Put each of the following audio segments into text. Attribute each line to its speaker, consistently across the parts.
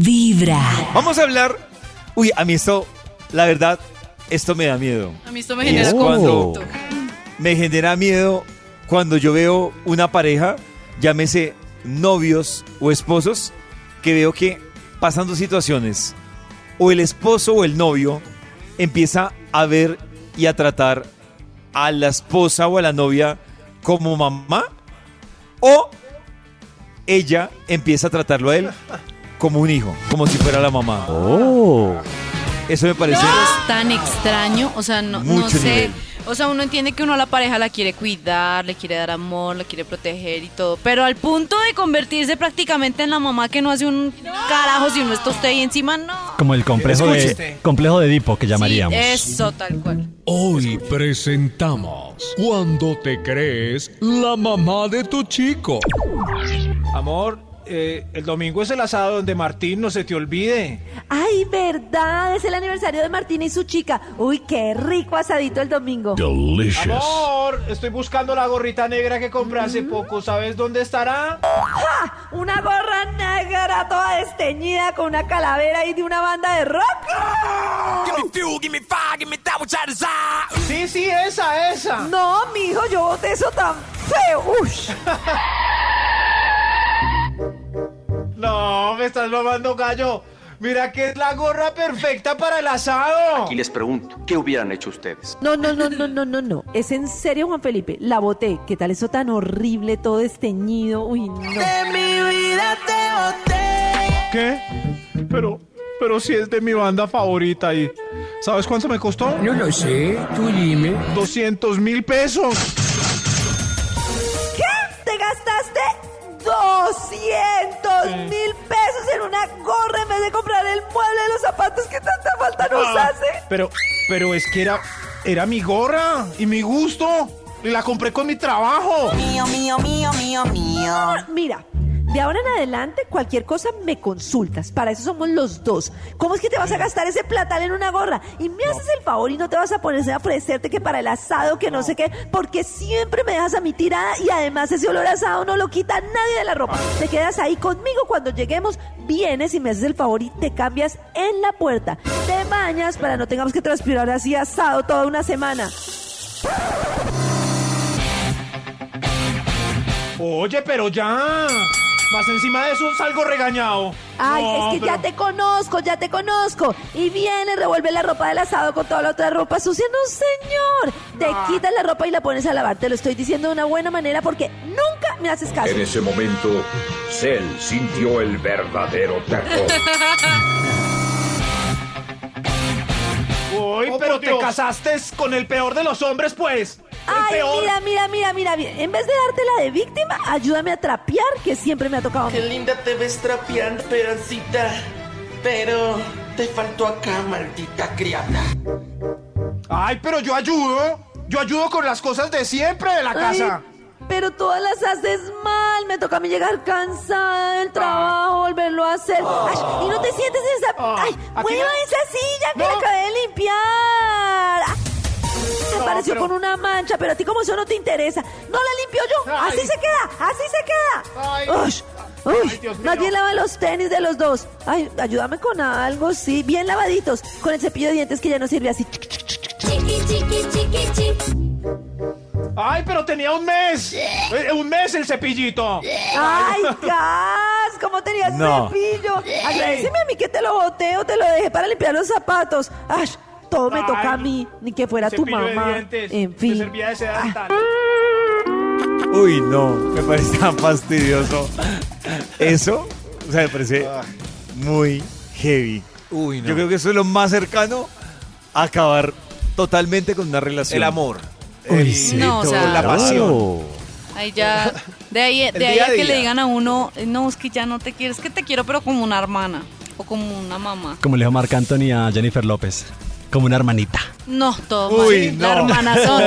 Speaker 1: Vibra.
Speaker 2: Vamos a hablar. Uy, a mí esto, la verdad, esto me da miedo.
Speaker 3: A mí esto me
Speaker 2: Y
Speaker 3: genera
Speaker 2: es cuando-
Speaker 3: conflicto.
Speaker 2: Me genera miedo cuando yo veo una pareja, llámese novios o esposos, que veo que pasando situaciones, o el esposo o el novio empieza a ver y a tratar a la esposa o a la novia como mamá, o ella empieza a tratarlo a él como un hijo, como si fuera la mamá.
Speaker 4: Oh.
Speaker 2: Eso me parece...
Speaker 3: Es tan extraño, o sea, no, no
Speaker 2: Mucho
Speaker 3: sé.
Speaker 2: nivel.
Speaker 3: O sea, uno entiende que uno a la pareja la quiere cuidar, le quiere dar amor, la quiere proteger y todo. Pero al punto de convertirse prácticamente en la mamá que no hace un carajo si uno está usted ahí encima, no.
Speaker 4: Como el complejo de, complejo de Edipo que llamaríamos.
Speaker 3: Eso, tal cual.
Speaker 5: Hoy presentamos Cuando te crees la mamá de tu chico.
Speaker 6: Amor, eh, el domingo es el asado donde Martín no se te olvide.
Speaker 7: Ay, verdad, es el aniversario de Martín y su chica. Uy, qué rico asadito el domingo.
Speaker 5: Delicious.
Speaker 6: Amor, estoy buscando la gorrita negra que compré hace
Speaker 3: Mm.
Speaker 6: poco. ¿Sabes dónde estará?
Speaker 7: Una gorra negra toda desteñida con una calavera y de una banda de rock.
Speaker 6: Sí, sí, esa, esa.
Speaker 7: No, mijo, yo boté eso tan feo. Uy.
Speaker 6: No, me estás mamando gallo. Mira que es la gorra perfecta para el asado.
Speaker 8: Y les pregunto, ¿qué hubieran hecho ustedes?
Speaker 7: No, no, no, no, no, no, no. Es en serio, Juan Felipe. La boté. ¿Qué tal eso tan horrible, todo desteñido? Uy, no.
Speaker 6: ¿Qué? Pero, pero si es de mi banda favorita y... ¿Sabes cuánto me costó?
Speaker 9: No lo sé, tú dime.
Speaker 6: 200 mil pesos.
Speaker 7: ¿Qué? ¿Te gastaste 200 mil pesos en una gorra en vez de comprar el mueble de los zapatos que tanta falta nos hace?
Speaker 6: Pero, pero es que era, era mi gorra y mi gusto. Y la compré con mi trabajo.
Speaker 7: Mira, de ahora en adelante cualquier cosa me consultas. Para eso somos los dos. ¿Cómo es que te vas a gastar ese platal en una gorra? Y me haces el favor y no te vas a ponerse a ofrecerte que para el asado, que no, sé qué, porque siempre me dejas a mi tirada y además ese olor a asado no lo quita nadie de la ropa. Te quedas ahí conmigo cuando lleguemos, vienes y me haces el favor y te cambias en la puerta. Te bañas para no tengamos que transpirar así asado toda una semana.
Speaker 6: Oye, pero ya. Más encima de eso salgo regañado.
Speaker 7: Ay,
Speaker 6: No,
Speaker 7: es que ya
Speaker 6: pero-
Speaker 7: te conozco, ya te conozco. Y viene, revuelve la ropa del asado con toda la otra ropa sucia. No, señor. Te
Speaker 6: Ah.
Speaker 7: quitas la ropa y la pones a lavar. Te lo estoy diciendo de una buena manera porque nunca me haces caso.
Speaker 10: En ese momento, Cell sintió el verdadero terror.
Speaker 6: Uy, pero te casaste con el peor de los hombres, pues. El
Speaker 7: Ay,
Speaker 6: peor.
Speaker 7: mira, mira, mira, mira. bien. En vez de darte la de víctima, ayúdame a trapear, que siempre me ha tocado. a mí.
Speaker 9: linda te ves trapeando, Esperancita. Pero te faltó acá, maldita criada.
Speaker 6: Ay, pero yo ayudo. Yo ayudo con las cosas de siempre de la casa.
Speaker 7: Ay, pero todas las haces mal. Me toca a mí llegar cansada del trabajo, volverlo a hacer. Ay, y no te sientes en esa.
Speaker 6: Ah.
Speaker 7: Ay,
Speaker 6: ¿A ti
Speaker 7: mueva
Speaker 6: no?
Speaker 7: esa silla que
Speaker 6: No.
Speaker 7: la acabé de limpiar. Ah,
Speaker 6: No,
Speaker 7: Apareció
Speaker 6: pero-
Speaker 7: con una mancha, pero a ti como eso no te interesa. No la limpio yo. Así
Speaker 6: Ay.
Speaker 7: se queda, así se queda.
Speaker 6: Ay.
Speaker 7: Ush, ush.
Speaker 6: Ay, Dios mío.
Speaker 7: Más bien lava los tenis de los dos. Ay, ayúdame con algo, sí. Bien lavaditos. Con el cepillo de dientes que ya no sirve así.
Speaker 6: Ay, pero tenía un mes. Eh, un mes el cepillito.
Speaker 7: ¡Ay, gas! ¿Cómo tenías
Speaker 2: No.
Speaker 7: cepillo? Agradeceme a mí que te lo boté o te lo dejé para limpiar los zapatos. ¡Ay! Todo me toca a
Speaker 6: Ay,
Speaker 7: mí, ni que fuera tu
Speaker 6: Cepillo de
Speaker 7: mamá.
Speaker 6: dientes,
Speaker 7: En
Speaker 6: que
Speaker 7: fin. Ah.
Speaker 6: servía de sedante.
Speaker 2: Uy, no, me parece tan fastidioso. Eso, o sea, me parece
Speaker 6: Ah.
Speaker 2: muy heavy.
Speaker 4: Uy,
Speaker 2: Yo creo que eso es lo más cercano a acabar totalmente con una relación.
Speaker 11: El amor.
Speaker 4: Uy,
Speaker 11: El-
Speaker 4: sí.
Speaker 3: No, o sea,
Speaker 11: la pasión.
Speaker 3: Ahí ya, de ahí, de ahí
Speaker 11: día
Speaker 3: a
Speaker 11: a
Speaker 3: que le
Speaker 11: día.
Speaker 3: digan a uno, no, es que ya no te quieres, que te quiero, pero como una hermana o como una mamá.
Speaker 4: Como le dijo Marc Anthony a Jennifer López. Como una hermanita.
Speaker 3: No, todo
Speaker 2: Uy,
Speaker 3: mal.
Speaker 2: no.
Speaker 3: La hermanazón.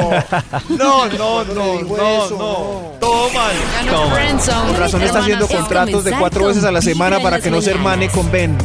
Speaker 2: No, no, no,
Speaker 11: dijo
Speaker 2: no,
Speaker 11: eso,
Speaker 2: no. Todo mal.
Speaker 3: Ya no es friendzone.
Speaker 11: Con razón está haciendo
Speaker 3: Hermanazón.
Speaker 11: contratos de cuatro veces a la semana para que no se hermane con Ben.